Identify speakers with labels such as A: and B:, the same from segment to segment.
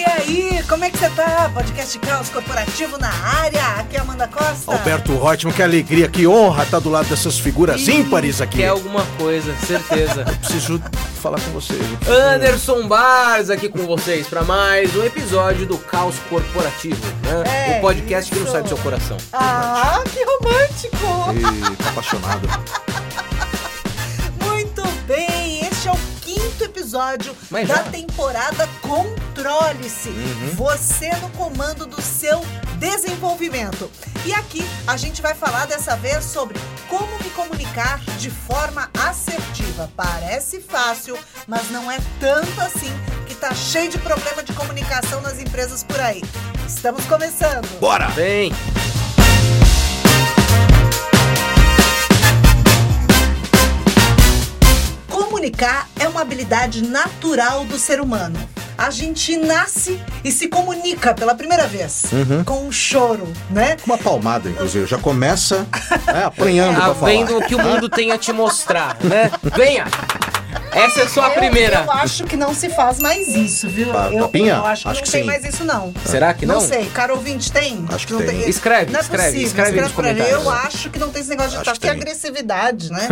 A: Almir, como é que você tá? Podcast Caos Corporativo na área. Aqui é Amanda Costa.
B: Alberto ótimo, que alegria, que honra estar do lado dessas figuras
C: Ih,
B: ímpares aqui.
A: é
C: Quer é alguma coisa, certeza.
B: Preciso falar com você. gente.
C: Anderson Barz aqui com vocês para mais um episódio do Caos Corporativo, né?
A: É
C: o podcast que não
A: isso.
C: sai do seu coração.
A: Ah, que romântico!
B: E tá apaixonado.
A: Muito bem, este é o quinto episódio
C: Mas
A: da
C: já? Uhum.
A: temporada Controle-se. Você no comando do seu desenvolvimento. E aqui a gente vai falar dessa vez sobre como me comunicar de forma assertiva. Parece fácil, mas não é tanto assim que tá cheio de problema de comunicação nas empresas por aí. Estamos começando.
B: Bora!
C: Bem,
A: Comunicar é uma habilidade natural do ser humano. A gente nasce e se comunica pela primeira vez
B: Uhum.
A: com um choro, né?
B: Uma palmada, inclusive. Já começa né, apanhando pra falar.
C: tá vendo o que o mundo tem a te mostrar, né? Venha! Essa é só a
A: Eu- Eu,
C: primeira.
A: acho que não se faz mais isso, viu?
B: Pa-
A: eu,
B: papinha?
A: eu acho que
B: Acho
A: não
B: que
A: tem
B: sim.
A: mais isso, não.
C: Será que
A: não?
C: não?
A: sei, cara ouvinte, tem?
B: Acho que
A: não
B: tem.
C: Escreve,
A: não é
C: escreve,
A: possível.
C: escreve nos
A: pra mim. Eu
C: comentários.
A: acho que não tem esse negócio de
B: Acho
A: tá,
B: que
A: que
B: tem.
A: agressividade, né?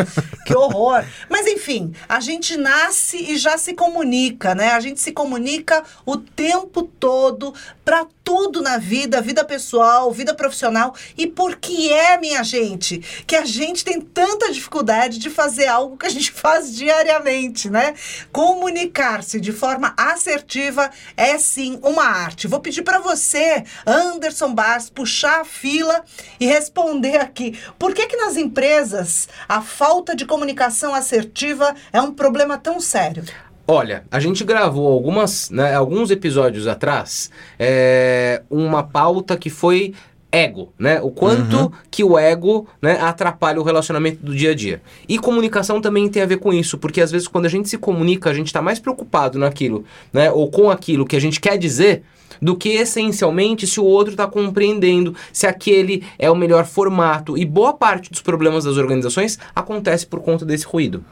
A: que horror. Mas enfim, a gente nasce e já se comunica, né? A gente se comunica o tempo todo pra tudo na vida, vida pessoal, vida profissional. E por que é, minha gente, que a gente tem tanta dificuldade de fazer algo que a gente faz diariamente, né? Comunicar-se de forma assertiva é sim uma arte. Vou pedir pra você, Anderson Bars, puxar a fila e responder aqui. Por que que nas empresas a falta de comunicação assertiva é um problema tão sério?
C: Olha, a gente gravou algumas, né, alguns episódios atrás é, uma pauta que foi ego, né? O quanto que o ego né, atrapalha o relacionamento do dia a dia. E comunicação também tem a ver com isso, porque às vezes quando a gente se comunica, a gente está mais preocupado naquilo, né? Ou com aquilo que a gente quer dizer do que essencialmente se o outro está compreendendo, se aquele é o melhor formato. E boa parte dos problemas das organizações acontece por conta desse ruído.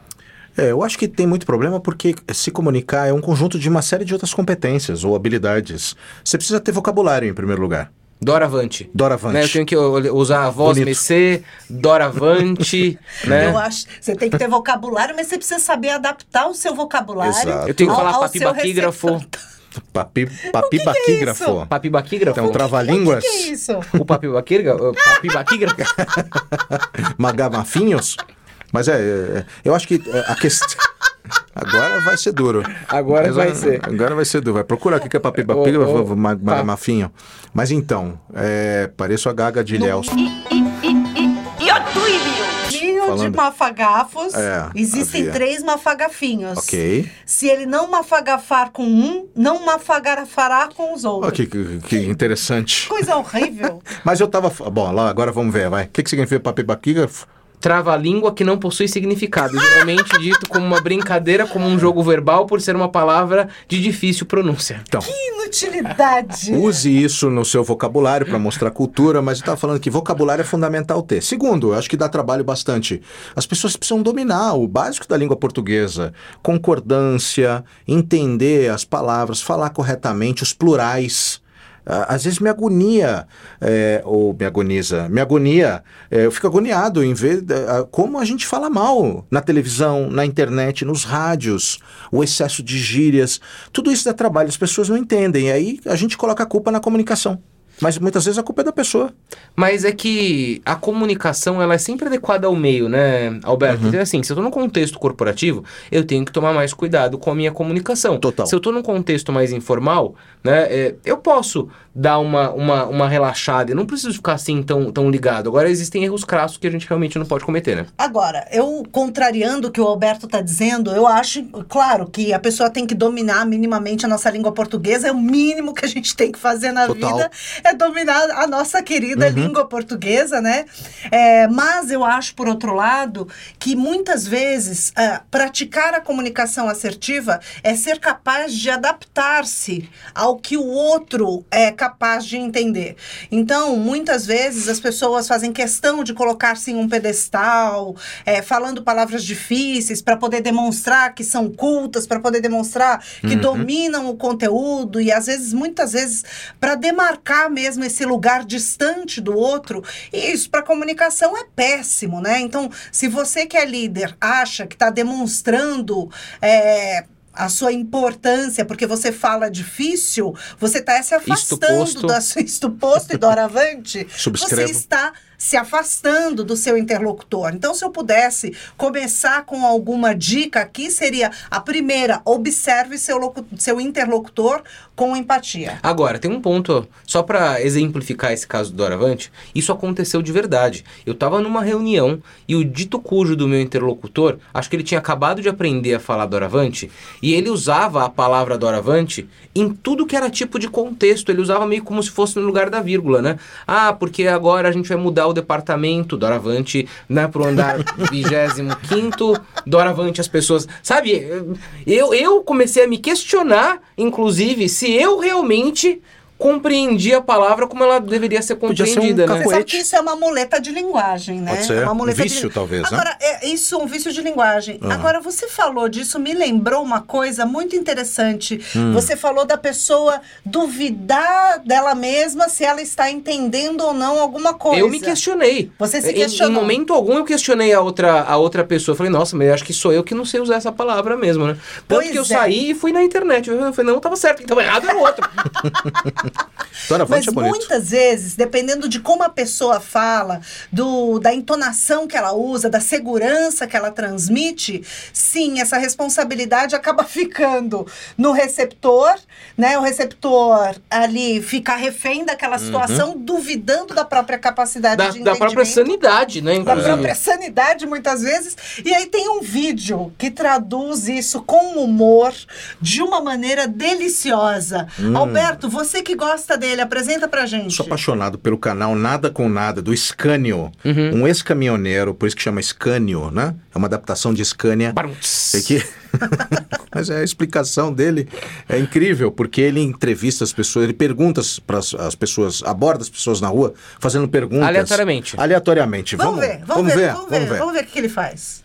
B: É, eu acho que tem muito problema porque se comunicar é um conjunto de uma série de outras competências ou habilidades. Você precisa ter vocabulário em primeiro lugar.
C: Doravante.
B: Doravante.
C: Né, eu tenho que ol- usar a voz
B: Bonito.
C: Messê, Doravante, né?
B: É.
A: Eu acho, você tem que ter vocabulário, mas você precisa saber adaptar o seu vocabulário.
B: Exato.
C: Eu tenho que
A: ao-
C: falar
A: ao
C: papibaquígrafo.
A: seu
B: Papi, papibaquígrafo.
C: Papibaquígrafo?
B: é um
A: é O
B: trava-línguas,
A: que que é isso?
C: O papibaquígrafo? o Papibaquígrafo?
B: magamafinhos. Mas é, é, eu acho que é, a questão... Agora vai ser duro.
C: Agora
B: Mas,
C: vai
B: ah,
C: ser.
B: Agora vai ser duro. Vai procurar o que que é
C: Ô, ô, tá.
B: papibaquígrafo, ma- ma-
C: pa-
B: mafinho. Mas então, é, pareço a gaga de Ilhéus.
A: Ninho de
B: Falando.
A: mafagafos.
B: É,
A: Existem
B: havia.
A: três mafagafinhos.
B: Ok.
A: Se ele não mafagafar com um, não mafagafará com os
B: Ó,
A: outros.
B: que, que- que interessante.
A: Coisa horrível.
B: Mas eu tava. Bom, lá agora vamos ver, vai. O que, que significa papibaquígrafo?
C: Trava-língua que não possui significado, geralmente dito como uma brincadeira, como um jogo verbal, por ser uma palavra de difícil pronúncia.
B: Então,
A: Inutilidade.
B: use isso no seu vocabulário para mostrar cultura, mas eu estava falando que vocabulário é fundamental ter. Segundo, eu acho que dá trabalho bastante. As pessoas precisam dominar o básico da língua portuguesa: concordância, entender as palavras, falar corretamente, os plurais. Ah, Às vezes me agonia, é, ou me agoniza, me agonia, é, eu fico agoniado em ver eh, ah, como a gente fala mal na televisão, na internet, nos rádios, o excesso de gírias, tudo isso dá trabalho, as pessoas não entendem, e aí a gente coloca a culpa na comunicação. Mas muitas vezes a culpa é da pessoa.
C: Mas é que a comunicação, ela é sempre adequada ao meio, né, Alberto? Então, assim, se eu tô num contexto corporativo, eu tenho que tomar mais cuidado com a minha comunicação.
B: Total.
C: Se eu tô num contexto mais informal, né, é, eu posso dar uma, uma, uma relaxada, eu não preciso ficar assim tão, tão ligado. Agora, existem erros crassos que a gente realmente não pode cometer, né?
A: Agora, eu contrariando o que o Alberto está dizendo, eu acho, claro, que a pessoa tem que dominar minimamente a nossa língua portuguesa, é o mínimo que a gente tem que fazer na
B: Total.
A: vida, é dominar a nossa querida língua portuguesa, né? É, mas eu acho, por outro lado, que muitas vezes ah, praticar a comunicação assertiva é ser capaz de adaptar-se ao que o outro é capaz de entender. Então, muitas vezes as pessoas fazem questão de colocar-se em um pedestal, é, falando palavras difíceis para poder demonstrar que são cultas, para poder demonstrar que
B: Uhum.
A: dominam o conteúdo e às vezes, muitas vezes, para demarcar mesmo esse lugar distante do outro. E isso para comunicação é péssimo, né? Então, se você que é líder acha que está demonstrando é, a sua importância porque você fala difícil, você está se afastando
C: Isto posto.
A: da sua isto posto e doravante.
B: Subscrevo.
A: Você está se afastando do seu interlocutor. Então, se eu pudesse começar com alguma dica aqui, seria a primeira: observe seu, locu- seu interlocutor com empatia.
C: Agora, tem um ponto, só pra exemplificar esse caso do Doravante, isso aconteceu de verdade. Eu tava numa reunião e o dito cujo do meu interlocutor, acho que ele tinha acabado de aprender a falar Doravante, e ele usava a palavra Doravante em tudo que era tipo de contexto, ele usava meio como se fosse no lugar da vírgula, né? Ah, porque agora a gente vai mudar o departamento Doravante, né, pro andar 25º, Doravante as pessoas, sabe? Eu, eu comecei a me questionar, inclusive, se eu realmente compreendi a palavra como ela deveria ser
B: Podia ser um
C: compreendida, né?
A: Você sabe que isso é uma muleta de linguagem, né?
B: Pode ser.
A: Uma
B: Um
A: muleta de-
B: vício, talvez, né?
A: Agora, é, isso é um vício de linguagem.
B: Ah.
A: Agora, você falou disso, me lembrou uma coisa muito interessante.
B: Hum.
A: Você falou da pessoa duvidar dela mesma se ela está entendendo ou não alguma coisa.
C: Eu me questionei.
A: Você se
C: Em, em
A: questionou.
C: momento algum eu questionei a outra, a outra pessoa. Eu Falei, nossa, mas eu acho que sou eu que não sei usar essa palavra mesmo, né? Tanto
A: Pois
C: que eu
A: é.
C: saí e fui na internet. Eu falei, não, tava certo, quem tava errado era o outro.
A: Mas
B: Doravante é bonito.
A: muitas vezes, dependendo de como a pessoa fala, do, da entonação que ela usa, da segurança que ela transmite, sim, essa responsabilidade acaba ficando no receptor, né? O receptor ali fica refém daquela situação, duvidando da própria capacidade
C: Uhum. da,
A: de
C: da
A: entendimento.
C: própria sanidade, né?
A: da
C: Inclusive.
A: própria sanidade muitas vezes. E aí tem um vídeo que traduz isso com humor de uma maneira deliciosa. Alberto, você que gosta dele, apresenta pra gente.
B: Sou apaixonado pelo canal Nada com Nada, do Scânio.
C: Uhum.
B: Um ex-caminhoneiro, por isso que chama Scânio, né? É uma adaptação de Scania.
C: Barum.
B: É que- Mas é a explicação dele é incrível, porque ele entrevista as pessoas, ele pergunta para as pessoas, aborda as pessoas na rua, fazendo perguntas.
C: Aleatoriamente.
B: Aleatoriamente.
A: Vamos,
B: Vamos,
A: ver, vamos, ver, vamos ver, vamos ver o que que ele faz.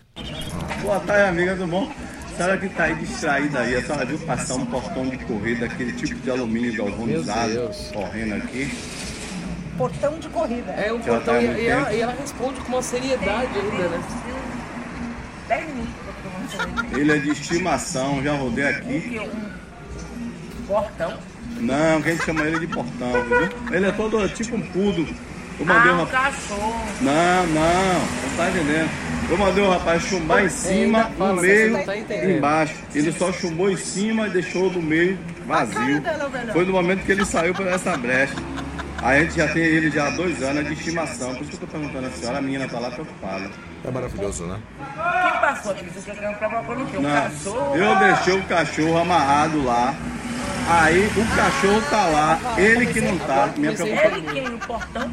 D: Boa tarde, amiga, tudo bom? A senhora que tá aí distraída aí, a senhora viu passar um portão de corrida, aquele tipo de alumínio galvanizado,
C: Deus.
D: correndo aqui.
A: Portão de corrida.
C: É um
D: Ela
C: portão
D: tá
C: e,
D: muito
C: e ela,
D: tempo.
C: e ela responde com uma seriedade ainda, né?
D: Ele é de estimação, já rodei aqui.
E: portão.
D: Não, quem chama ele de portão, viu? Ele é todo tipo um pudo. Eu mandei
E: Ah,
D: um
E: um
D: rapaz.
E: cachorro.
D: Não, não, não tá entendendo. Eu mandei o rapaz chumbar em cima,
C: ainda fala,
D: no
C: você
D: meio
C: não tá entendendo.
D: e embaixo. Ele só chumbou em cima e deixou do meio vazio.
A: dela, velho.
D: Foi no momento que ele saiu por essa brecha. A gente já tem ele já há dois anos de estimação. Por isso que eu tô perguntando a senhora, a menina tá lá preocupada.
B: É maravilhoso, né?
E: Quem passou aqui? Você quer que provocou no quê? Um
D: Não,
E: cachorro?
D: eu deixei o cachorro amarrado lá. Aí o cachorro tá lá, ele que não tá. Minha preocupação.
E: Ele quem? é No portão?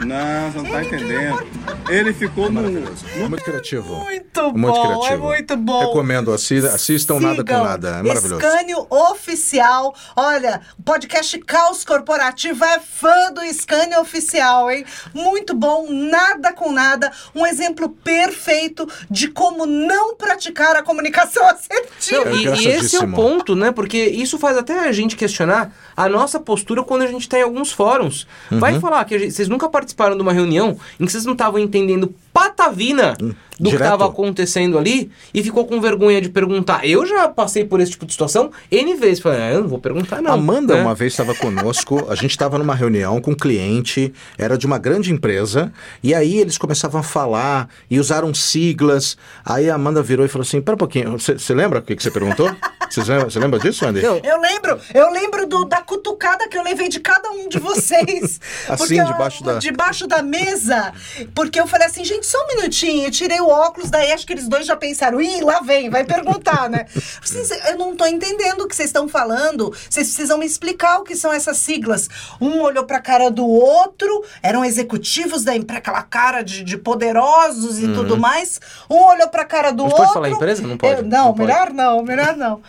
D: Não, você não tá entendendo. Ele
C: É
D: ficou no, no
B: É Muito criativo.
A: Muito,
B: Muito
A: bom,
B: criativo.
A: é muito bom.
B: Recomendo, assi- assistam Nada com
A: Sigam.
B: Nada. É maravilhoso.
A: Scânio Oficial. Olha, o podcast Caos Corporativo é fã do Scânio Oficial, hein? Muito bom, nada com nada. Um exemplo perfeito de como não praticar a comunicação assertiva.
B: É
C: Não, e- e, esse é o
B: engraçadíssimo.
C: ponto, né? Porque isso faz até a gente questionar a nossa postura quando a gente tá em alguns fóruns.
B: Uhum.
C: Vai falar que a gente- vocês nunca participaram de uma reunião em que vocês não estavam entendendo patavina do que
B: Hum, direto.
C: estava acontecendo ali e ficou com vergonha de perguntar. Eu já passei por esse tipo de situação N vezes. Falei, ah, eu não vou perguntar, não.
B: Amanda
C: né?
B: uma vez estava conosco, a gente estava numa reunião com um cliente, era de uma grande empresa, e aí eles começavam a falar e usaram siglas. Aí a Amanda virou e falou assim: Pera um pouquinho, você você lembra o que que você perguntou? Você lembra, você lembra disso, Andy?
C: Não.
A: Eu lembro, eu lembro do- da cutucada que eu levei de cada um de vocês.
B: Assim,
A: Porque eu-
B: debaixo da-
A: Debaixo da mesa. Porque eu falei assim, gente, só um minutinho, eu tirei o óculos, daí acho que eles dois já pensaram, ih, lá vem, vai perguntar, né? Vocês- eu não tô entendendo o que vocês estão falando, vocês precisam me explicar o que são essas siglas. Um olhou pra cara do outro, eram executivos da empresa, aquela cara de, de poderosos e tudo mais. Um olhou pra cara do
C: A gente
A: outro...
C: Uhum. pode falar empresa? Não pode,
A: Eu- não,
C: não pode.
A: melhor não, melhor não.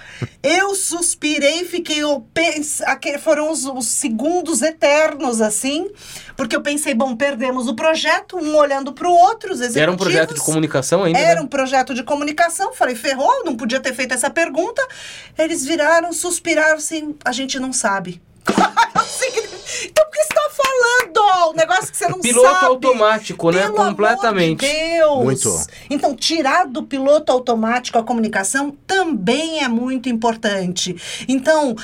A: eu suspirei, fiquei... Eu pens, aquele, foram os, os segundos eternos, assim, porque eu pensei, bom, perdemos o projeto, um olhando pro outro, os executivos...
C: Era um projeto de comunicação ainda,
A: Era
C: né?
A: um projeto de comunicação. Falei, ferrou, não podia ter feito essa pergunta. Eles viraram, suspiraram assim, a gente não sabe. Assim que- então, por que você tá falando? Um negócio que você não
C: Piloto
A: sabe.
C: automático, né?
A: Pelo amor
C: Completamente.
A: de Deus.
B: Muito.
A: Então, tirar do piloto automático a comunicação também é muito importante. Então,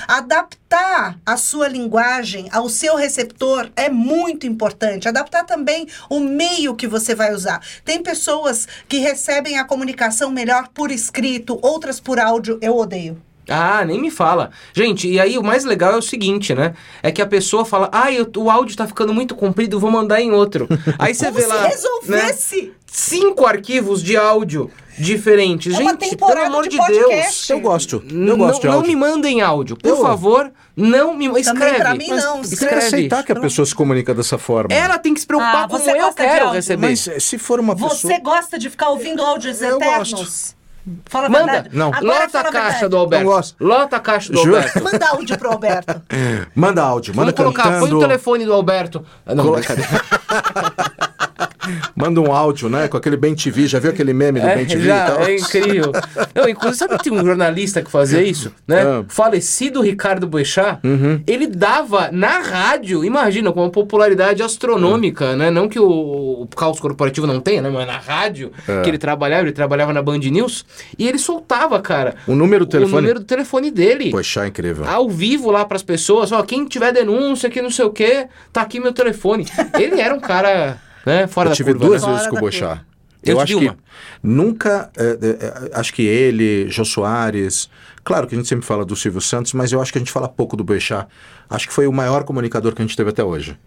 A: adaptar a sua linguagem ao seu receptor é muito importante. Adaptar também o meio que você vai usar. Tem pessoas que recebem a comunicação melhor por escrito, outras por áudio. Eu odeio.
C: Ah, nem me fala. Gente, e aí o mais legal é o seguinte, né? É que a pessoa fala, ah, eu- o áudio tá ficando muito comprido, vou mandar em outro. Aí você
A: Como
C: vê
A: se
C: lá. né?
A: resolvesse.
C: Cinco arquivos de áudio diferentes.
A: É uma
C: Gente, pelo
A: temporada
C: amor
A: de
C: de,
A: podcast.
C: Deus.
B: Eu gosto.
C: Não,
B: Eu gosto de
C: não
B: áudio.
C: me mandem áudio. Por
B: Eu-
C: favor, não me Escreve.
A: pra mim, não. Tem
B: Tem
C: Mas
B: que
C: Escreve.
B: aceitar que a pessoa se comunica dessa forma.
C: Ela tem que se preocupar
A: Ah,
C: como
A: você
C: eu
A: gosta de
C: quero
A: áudio?
C: receber.
B: Mas eh, se for uma pessoa.
A: Você gosta de ficar ouvindo áudios
B: Eu
A: eternos?
B: gosto.
A: Fala a
C: Manda.
A: verdade.
B: Não.
A: Agora
C: Lota
A: fala
C: a caixa do
A: verdade.
C: Alberto.
B: Não gosto.
C: Lota a caixa do
B: Juro?
C: Alberto.
A: Manda áudio pro Alberto.
B: É, Manda áudio, manda
C: Vamos colocar, põe
B: cantando.
C: o telefone do Alberto. Ah, Não, brincadeira.
B: Manda um áudio, né? Com aquele Ben TV. Já viu aquele meme do Ben
C: É,
B: TV
C: já,
B: e tal?
C: é incrível. Não, inclusive, sabe que tem um jornalista que fazia isso, né?
B: Ah. Uhum.
C: Falecido Ricardo Boechat, ele dava na rádio, imagina, com uma popularidade astronômica, né? Não que o, o caos corporativo não tenha, né? Mas na rádio
B: É.
C: que ele trabalhava, ele trabalhava na Band News, e ele soltava, cara,
B: O número do telefone?
C: o número do telefone dele.
B: Poxa, é incrível.
C: Ao vivo lá pras pessoas, ó, quem tiver denúncia, que não sei o quê, tá aqui meu telefone. Ele era um cara, né, fora
B: eu
C: da
B: tive
C: curva.
B: duas
C: né?
A: Fora
B: vezes com o
A: da
B: Boixá.
C: Eu
B: Eu
C: tive
B: acho que
C: uma.
B: nunca. eh, eh, eh, acho que ele, Jô Soares. Claro que a gente sempre fala do Silvio Santos, mas eu acho que a gente fala pouco do Boixá. Acho que foi o maior comunicador que a gente teve até hoje.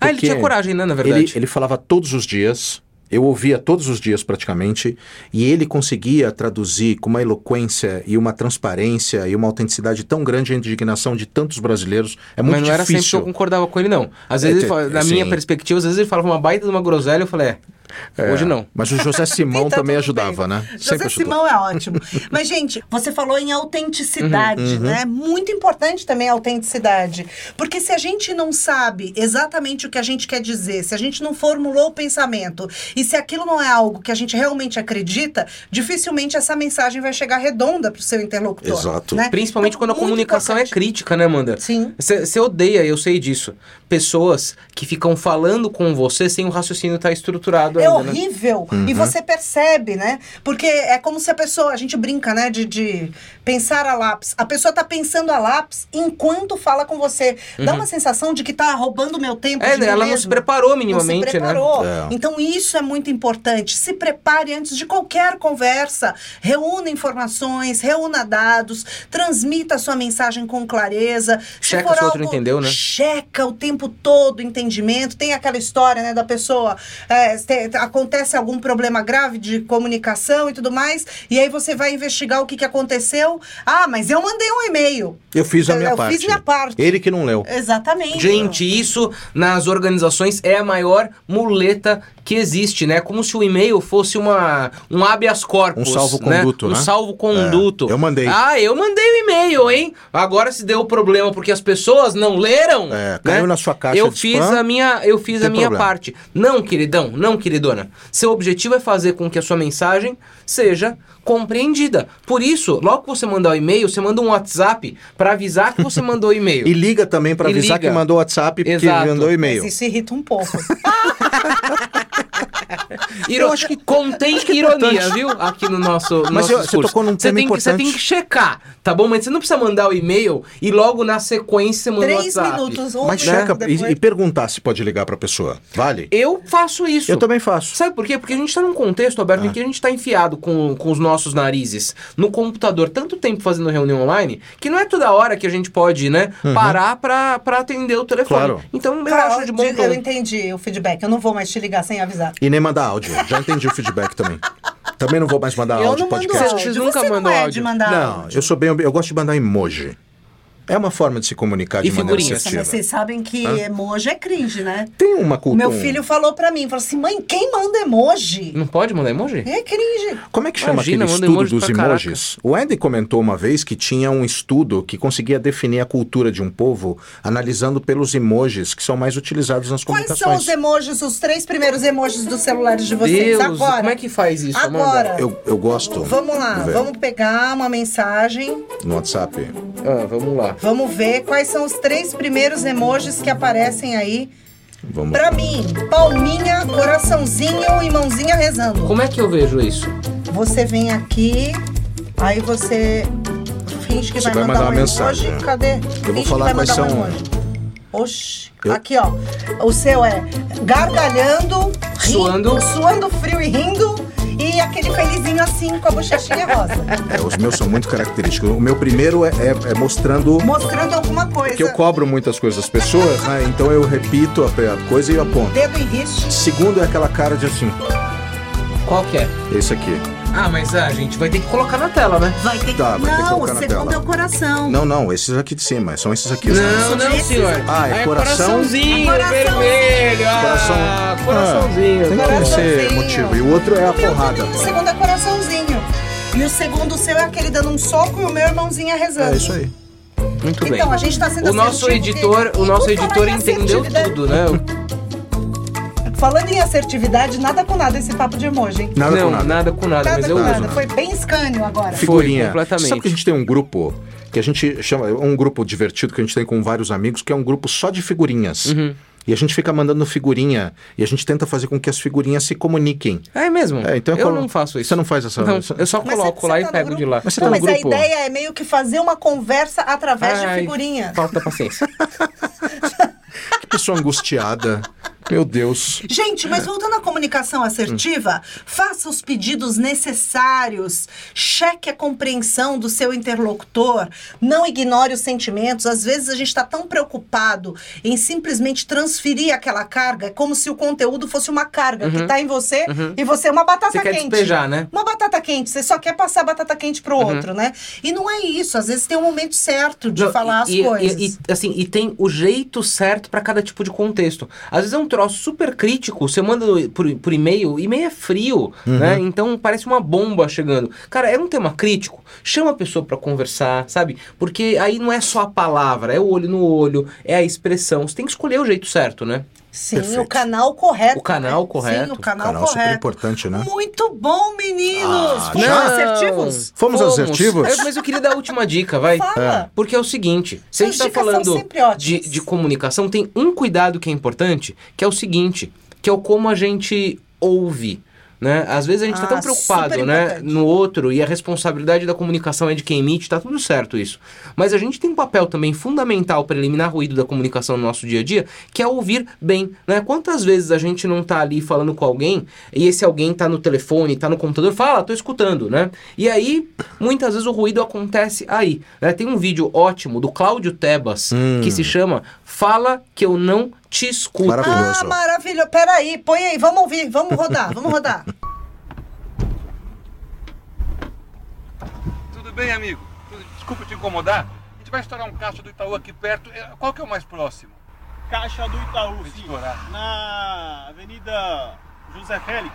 C: Ah, ele
B: Porque
C: tinha coragem, né, na verdade.
B: Ele, ele falava todos os dias, eu ouvia todos os dias praticamente, e ele conseguia traduzir com uma eloquência e uma transparência e uma autenticidade tão grande a indignação de tantos brasileiros. É muito
C: Mas não era sempre que
B: difícil.
C: eu concordava com ele, não. Às
B: É,
C: vezes,
B: te-
C: ele fala- na
B: sim.
C: minha perspectiva, às vezes ele falava uma baita de uma groselha, eu falei, é, hoje não.
B: Mas o José Simão
A: Então,
B: também
A: tudo bem.
B: ajudava, né?
A: José Simão é ótimo. Mas, gente, você falou em autenticidade, né? Muito importante também a autenticidade. Porque se a gente não sabe exatamente o que a gente quer dizer, se a gente não formulou o pensamento e se aquilo não é algo que a gente realmente acredita, dificilmente essa mensagem vai chegar redonda pro seu interlocutor.
B: Exato.
A: né?
C: Principalmente
A: Então,
C: quando a
A: muito
C: comunicação é
A: importante.
C: crítica, né, Amanda?
A: Sim.
C: Você odeia, eu sei disso, pessoas que ficam falando com você sem o raciocínio estar estruturado
A: É
C: ainda, né?
A: horrível. E você percebe, né? Porque é como se a pessoa, a gente brinca, né? De, de pensar a lápis. A pessoa tá pensando a lápis enquanto fala com você. Dá uma sensação de que tá roubando meu tempo.
C: Uhum. É,
A: de mim
C: ela não se
A: mesma.
C: preparou
A: Não se
C: minimamente, né?
A: preparou.
B: É.
A: Então isso é muito importante. Se prepare antes de qualquer conversa. Reúna informações, reúna dados, transmita a sua mensagem com clareza. Se
C: Checa
A: for
C: se o outro
A: algo-
C: entendeu, né?
A: Checa o tempo todo o entendimento. Tem aquela história, né, da pessoa é, se- acontece algum problema grave de comunicação e tudo mais, e aí você vai investigar o que, que aconteceu. Ah, mas eu mandei um e-mail.
B: Eu fiz a
A: Eu-
B: minha
A: eu
B: parte.
A: fiz minha parte.
B: Ele que não leu.
A: Exatamente.
C: Gente, isso nas organizações é a maior muleta que existe, né? Como se o e-mail fosse uma, um habeas corpus.
B: Um salvo-conduto,
C: Um
B: né?
C: salvo-conduto.
B: É, eu mandei.
C: Ah, eu mandei o e-mail, hein? Agora se deu problema porque as pessoas não leram. né?
B: É, caiu na sua caixa
C: Eu
B: de
C: fiz
B: spam,
C: a minha, eu fiz
B: tem
C: a minha
B: problema.
C: parte. Não, queridão, não, queridona. Seu objetivo é fazer com que a sua mensagem seja compreendida. Por isso, logo que você mandar o e-mail, você manda um WhatsApp pra avisar que você mandou o e-mail.
B: E liga também para
C: E
B: avisar
C: liga.
B: que mandou WhatsApp, porque
C: Exato.
B: mandou e-mail.
A: Mas isso irrita um pouco.
C: Iro... Eu acho que contém ironia, viu? Aqui no nosso. no
B: é Mas
C: nosso
B: eu- você
C: discurso.
B: tocou num
C: Você
B: tema
C: tem que- Você tem
B: importante.
C: que checar, tá bom? Mas você não precisa mandar o e-mail e logo na sequência manda o
A: Três
C: WhatsApp.
A: minutos, um
B: Mas
A: minuto
B: checa
A: depois.
B: e, e perguntar se pode ligar para pessoa. Vale?
C: Eu faço isso.
B: Eu também faço. É.
C: Sabe por quê? Porque a gente tá num contexto, Alberto, em que a gente tá enfiado com, com os nossos narizes no computador tanto tempo fazendo reunião online que não é toda hora que a gente pode, né, parar pra, pra atender o telefone.
B: Uhum. Claro.
C: Então eu
A: Tá,
C: acho de bom
A: eu
C: tom.
A: entendi o feedback. Eu não vou mais te ligar sem avisar.
B: E nem mandar áudio. Já entendi o feedback também. Também não vou mais mandar
A: Eu
B: áudio
A: não mando
B: podcast.
A: áudio.
C: Vocês nunca
A: Você não
C: mandam
A: é
C: áudio.
A: de mandar
B: Não,
A: áudio.
B: eu sou bem. Eu gosto de mandar emoji. É uma forma de se comunicar
C: E
B: de maneira
C: figurinhas.
A: Nossa, mas
B: assertiva.
A: vocês sabem que emoji é cringe, né?
B: Tem uma
A: O
B: cultura. um
A: meu filho falou pra mim, falou assim, mãe, quem manda emoji?
C: Não pode mandar emoji?
A: É cringe.
B: Como é que chama
C: Imagina,
B: aquele
C: manda
B: estudo
C: emoji
B: dos
C: pra caraca.
B: emojis? O Andy comentou uma vez que tinha um estudo que conseguia definir a cultura de um povo analisando pelos emojis que são mais utilizados nas
A: Quais são
B: comunicações.
A: os emojis, os três primeiros emojis dos celulares de vocês?
C: Deus,
A: agora.
C: como é que faz isso, Amanda?
A: Agora.
B: eu, eu gosto.
A: Vamos lá,
B: Vê,
A: vamos pegar uma mensagem,
B: No WhatsApp.
C: Ah, vamos lá.
A: vamos ver quais são os três primeiros emojis que aparecem aí.
B: Vamos.
A: Pra mim, palminha, coraçãozinho e mãozinha rezando.
C: Como é que eu vejo isso?
A: Você vem aqui, aí você finge que
B: Você
A: vai,
B: vai mandar
A: mandar,
B: uma
A: um
B: mensagem,
A: emoji.
B: é.
A: Cadê?
B: vou
A: Finge
B: falar
A: que vai
B: quais
A: mandar
B: são-
A: Um emoji. Oxi,
B: Eu-
A: aqui ó. O seu é gargalhando, ri-
C: Suando.
A: suando frio e rindo e aquele felizinho assim com a bochechinha rosa,
B: É, os meus são muito característicos. O meu primeiro é, é- é mostrando.
A: mostrando alguma coisa.
B: Porque eu cobro muitas coisas das pessoas, né? Então eu repito a, a coisa e eu aponto.
A: Dedo em riste.
B: Segundo é aquela cara de assim,
C: Qual que é?
B: esse aqui.
C: Ah, mas a gente vai ter que colocar na tela, né?
A: Vai ter que.
B: Tá, vai ter que
A: não, o
B: colocar na
A: segundo
B: tela.
A: é o coração.
B: Não, não, esses aqui de cima, são esses aqui.
C: Não,
A: São
C: não,
A: esses
C: senhor.
A: aqui.
B: Ah, é
C: Ah,
B: coração?
C: coraçãozinho
A: Coração.
C: vermelho. Ah,
B: Coração.
C: coraçãozinho. tá
B: Tem que
A: Coraçãozinho.
B: ser motivo. E o outro é a
A: O meu
B: porrada.
A: também, O segundo é coraçãozinho. E o segundo seu é aquele dando um soco e o meu irmãozinho é rezando.
B: É isso aí.
C: Muito bem.
A: Então, a gente tá sendo
C: O nosso
A: assertivo,
C: editor,
A: que-
C: o
A: e
C: nosso
A: por falar
C: editor
A: em
C: entendeu
A: assertividade-
C: tudo, né?
A: Falando em assertividade, nada com nada esse papo de emoji, hein?
B: Nada
C: não,
B: com nada.
C: com nada,
A: Nada
C: mas
A: com
C: eu
A: nada.
C: uso.
A: Foi bem escânio agora.
C: Foi,
B: Figurinha.
C: completamente.
B: Sabe que a gente tem um grupo que a gente chama, é um grupo divertido que a gente tem com vários amigos, que é um grupo só de figurinhas.
C: Uhum.
B: E a gente fica mandando figurinha e a gente tenta fazer com que as figurinhas se comuniquem.
C: É mesmo?
B: É, então
C: eu
B: colo-
C: não faço isso.
B: Você não faz essa.
C: Não,
B: essa-
C: eu só
A: Mas
C: coloco
A: você-
C: lá
A: você
C: e
A: tá no
C: pego de lá.
B: Mas você
A: Não,
B: tá no
A: mas a
B: grupo?
A: ideia é meio que fazer uma conversa através
C: Ai,
A: de figurinha.
C: Falta paciência.
B: Que pessoa angustiada. Meu Deus.
A: Gente,
C: É.
A: mas voltando à comunicação assertiva,
C: Hum.
A: faça os pedidos necessários, cheque a compreensão do seu interlocutor, não ignore os sentimentos. Às vezes a gente está tão preocupado em simplesmente transferir aquela carga, é como se o conteúdo fosse uma carga que está em você e você é uma batata
C: Uhum. Você quer
A: quente.
C: despejar, né?
A: Uma batata quente, você só quer passar a batata quente pro outro, né? E não é isso, às vezes tem um momento certo de
C: Não,
A: falar
C: e-
A: as coisas.
C: E, e, assim, e tem o jeito certo pra cada tipo de contexto. Às vezes é um troço super crítico, você manda por, por e-mail, e-mail é frio,
B: Uhum.
C: né? Então parece uma bomba chegando. Cara, é um tema crítico, chama a pessoa pra conversar, sabe? Porque aí não é só a palavra, é o olho no olho, é a expressão. Você tem que escolher o jeito certo, né?
A: Sim,
B: Perfeito.
A: o canal correto.
C: O canal
A: né?
C: correto.
A: Sim, o canal,
B: Canal é super
A: correto.
B: importante, né?
A: Muito bom, meninos!
B: Ah,
A: Foram
B: já?
A: assertivos?
B: Fomos assertivos?
C: Eu- É, mas eu queria dar a última dica, vai.
A: Fala.
C: Porque é o seguinte, se a gente
A: As
C: tá
A: dicas são
C: falando
A: Então, sempre assim. ótimas.
C: de, de comunicação, tem um cuidado que é importante, que é o seguinte, que é o como a gente ouve. Né? Às vezes a gente está
A: Ah,
C: tão preocupado
A: super
C: né,
A: importante.
C: no outro e a responsabilidade da comunicação é de quem emite, tá tudo certo isso. Mas a gente tem um papel também fundamental para eliminar ruído da comunicação no nosso dia a dia, que é ouvir bem. Né? Quantas vezes a gente não tá ali falando com alguém e esse alguém tá no telefone, tá no computador, fala, tô escutando, né? E aí, muitas vezes o ruído acontece aí. né? Tem um vídeo ótimo do Cláudio Tebas que se chama Fala que eu não te escuto.
A: Ah,
B: Maravilhoso.
A: maravilha! Peraí, põe aí, vamos ouvir, vamos rodar, vamos rodar.
F: Tudo bem, amigo? Tudo- Desculpa te incomodar. A gente vai estourar um caixa do Itaú aqui perto. É, Qual que é o mais próximo?
G: Caixa do Itaú,
F: Vai
G: sim.
F: estourar.
G: Na Avenida José Félix.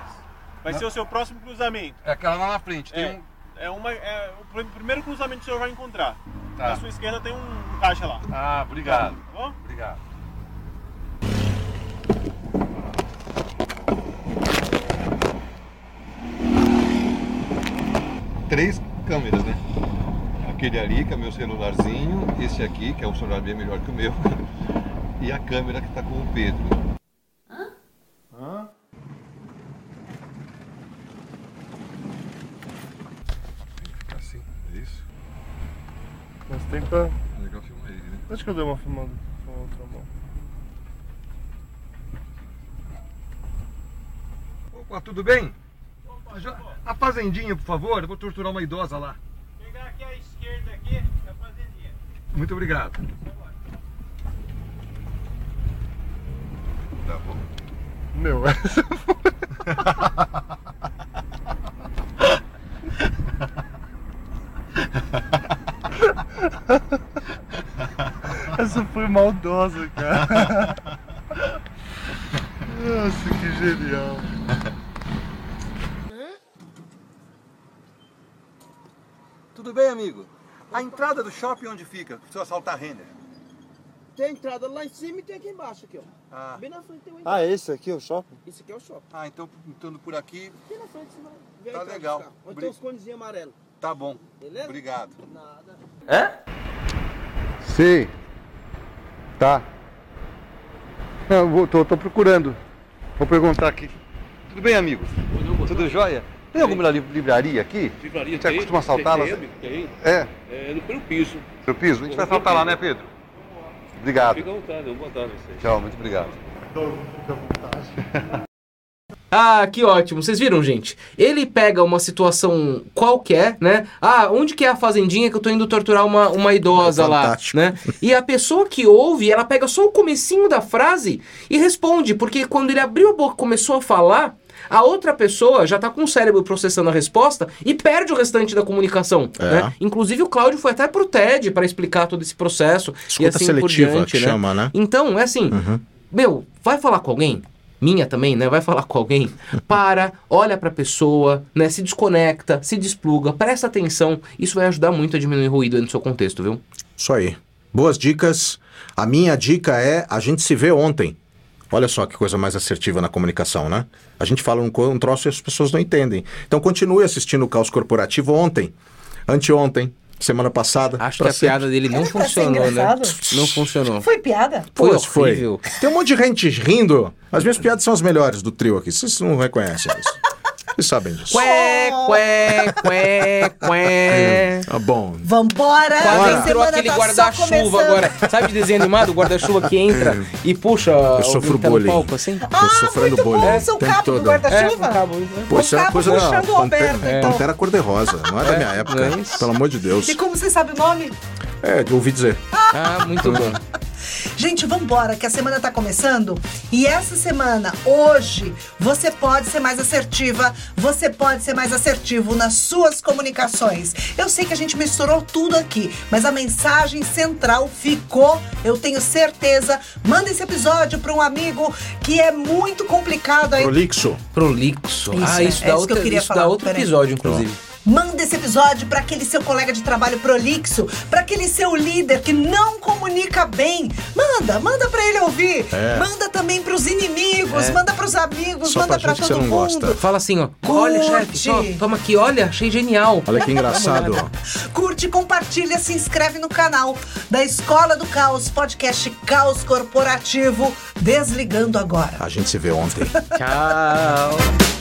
G: Vai ser o seu próximo cruzamento.
F: É aquela lá na frente. Tem
G: É,
F: um.
G: é uma, é o pr- primeiro cruzamento que o senhor vai encontrar.
F: Tá.
G: Na sua esquerda tem um, um caixa lá. Tá
F: Ah, obrigado.
G: bom?
F: Obrigado. Três câmeras, né? Aquele ali, que é meu celularzinho, esse aqui, que é um celular bem melhor que o meu, e a câmera que tá com o Pedro. Assim, é isso?
H: Mas tenta.
F: É legal filmar ele, né?
H: Deixa que eu dei uma filmada com a outra mão.
F: Opa, tudo bem? Já- A fazendinha, por favor, eu vou torturar uma idosa lá.
G: Pegar aqui à esquerda aqui, é a fazendinha.
F: Muito obrigado. Tá bom.
H: Meu, Essa foi maldosa, cara. Nossa, que genial.
F: Tudo bem, amigo? A entrada do shopping onde fica? Se eu assaltar a render.
I: Tem entrada lá em cima e tem aqui embaixo, aqui, ó.
F: Ah,
I: Bem na frente tem uma entrada.
H: Ah, esse aqui é o shopping?
I: Isso aqui é o shopping.
F: ah, então entrando por aqui,
I: Bem na frente, você vai ver a
F: Tá
I: entrada
F: legal.
I: dos carros. Onde
F: Bri-
I: tem os conezinhos amarelos.
F: tá bom.
I: Beleza?
F: Obrigado.
I: Nada.
H: Sim. Tá. Não, vou, tô, tô procurando. Vou perguntar aqui.
F: Tudo bem, amigo? Tudo jóia? Tem alguma li- livraria aqui?
J: Livraria
F: Você costuma assaltá-las?
J: Tem, tem.
F: É,
J: É no primeiro piso.
F: seu piso? A gente vai assaltar lá, né, Pedro? Obrigado.
J: Fica à vontade, boa tarde a vocês.
F: Tchau, muito obrigado.
C: Ah, que ótimo. Vocês viram, gente? Ele pega uma situação qualquer, né? Ah, onde que é a fazendinha que eu tô indo torturar uma, uma idosa lá,
B: Fantástico.
C: né? E a pessoa que ouve, ela pega só o comecinho da frase e responde, porque quando ele abriu a boca e começou a falar, a outra pessoa já tá com o cérebro processando a resposta e perde o restante da comunicação,
B: É.
C: né? Inclusive o Cláudio foi até pro TED para explicar todo esse processo e
B: Escuta
C: assim por
B: seletiva
C: diante,
B: que
C: né?
B: chama, né?
C: Então, é assim,
B: Uhum.
C: meu, vai falar com alguém? Minha também, né? Vai falar com alguém? Para, olha pra pessoa, né? Se desconecta, se despluga, presta atenção. Isso vai ajudar muito a diminuir o ruído no seu contexto, viu?
B: Isso aí. Boas dicas. A minha dica é: a gente se vê ontem. Olha só que coisa mais assertiva na comunicação, né? A gente fala um, co- um troço e as pessoas não entendem. Então continue assistindo o Caos Corporativo ontem, anteontem, semana passada.
C: Acho que
B: pra
C: a piada dele não
A: Era pra ser
C: funcionou, né?
A: tá engraçado?
C: Não funcionou.
A: Foi piada?
C: Foi
B: Pois foi.
C: horrível.
B: Tem um monte de gente rindo. As minhas piadas são as melhores do trio aqui. Vocês não reconhecem isso. Vocês sabem disso.
C: Qué, qué, qué, qué.
B: Ah, bom.
A: Vambora!
C: Quase
A: a
C: entrou
A: semana
C: aquele
A: tá só
C: guarda-chuva
A: começando.
C: agora. Sabe de desenho animado? O guarda-chuva que entra e puxa o
B: sofro
C: que tá no
B: bullying.
C: palco, assim?
B: Tô sofrendo
A: Ah, muito bom,
B: bullying.
A: seu
B: o tempo
A: cabo do
B: todo.
A: guarda-chuva.
C: É, com cabo, né?
B: Pô, isso era
A: cabo
B: coisa da
A: puxando o Alberto,
B: Pantera,
A: então.
B: Pantera cor-de-rosa. Não é da minha época.
C: não é isso?
B: Pelo amor de Deus.
A: E como você sabe o nome?
B: É, eu ouvi dizer.
C: Ah, muito
B: Uhum.
C: bom.
A: Gente, vambora, que a semana tá começando. E essa semana, hoje, você pode ser mais assertiva, você pode ser mais assertivo nas suas comunicações. Eu sei que a gente misturou tudo aqui, mas a mensagem central ficou, eu tenho certeza. Manda esse episódio para um amigo que é muito complicado aí.
B: Prolixo.
C: Prolixo.
A: Isso,
C: ah,
A: é,
C: isso
A: é isso
C: dá,
A: que
C: outra,
A: eu queria
C: isso dá
A: falar,
C: outro
A: peraí.
C: episódio, inclusive.
A: Manda esse episódio para aquele seu colega de trabalho prolixo, para aquele seu líder que não comunica bem. Manda, manda para ele ouvir.
B: É.
A: Manda também para os
C: É.
A: inimigos, manda para os amigos,
B: Só
A: manda para
B: pra gente que você
A: todo mundo.
B: não gosta.
C: Fala assim, ó.
A: Curte.
C: Olha, chefe, to- toma aqui, olha, achei genial.
B: Olha que engraçado.
A: Curte, compartilha, se inscreve no canal da Escola do Caos, podcast Caos Corporativo, desligando agora.
B: A gente se vê ontem.
C: Tchau.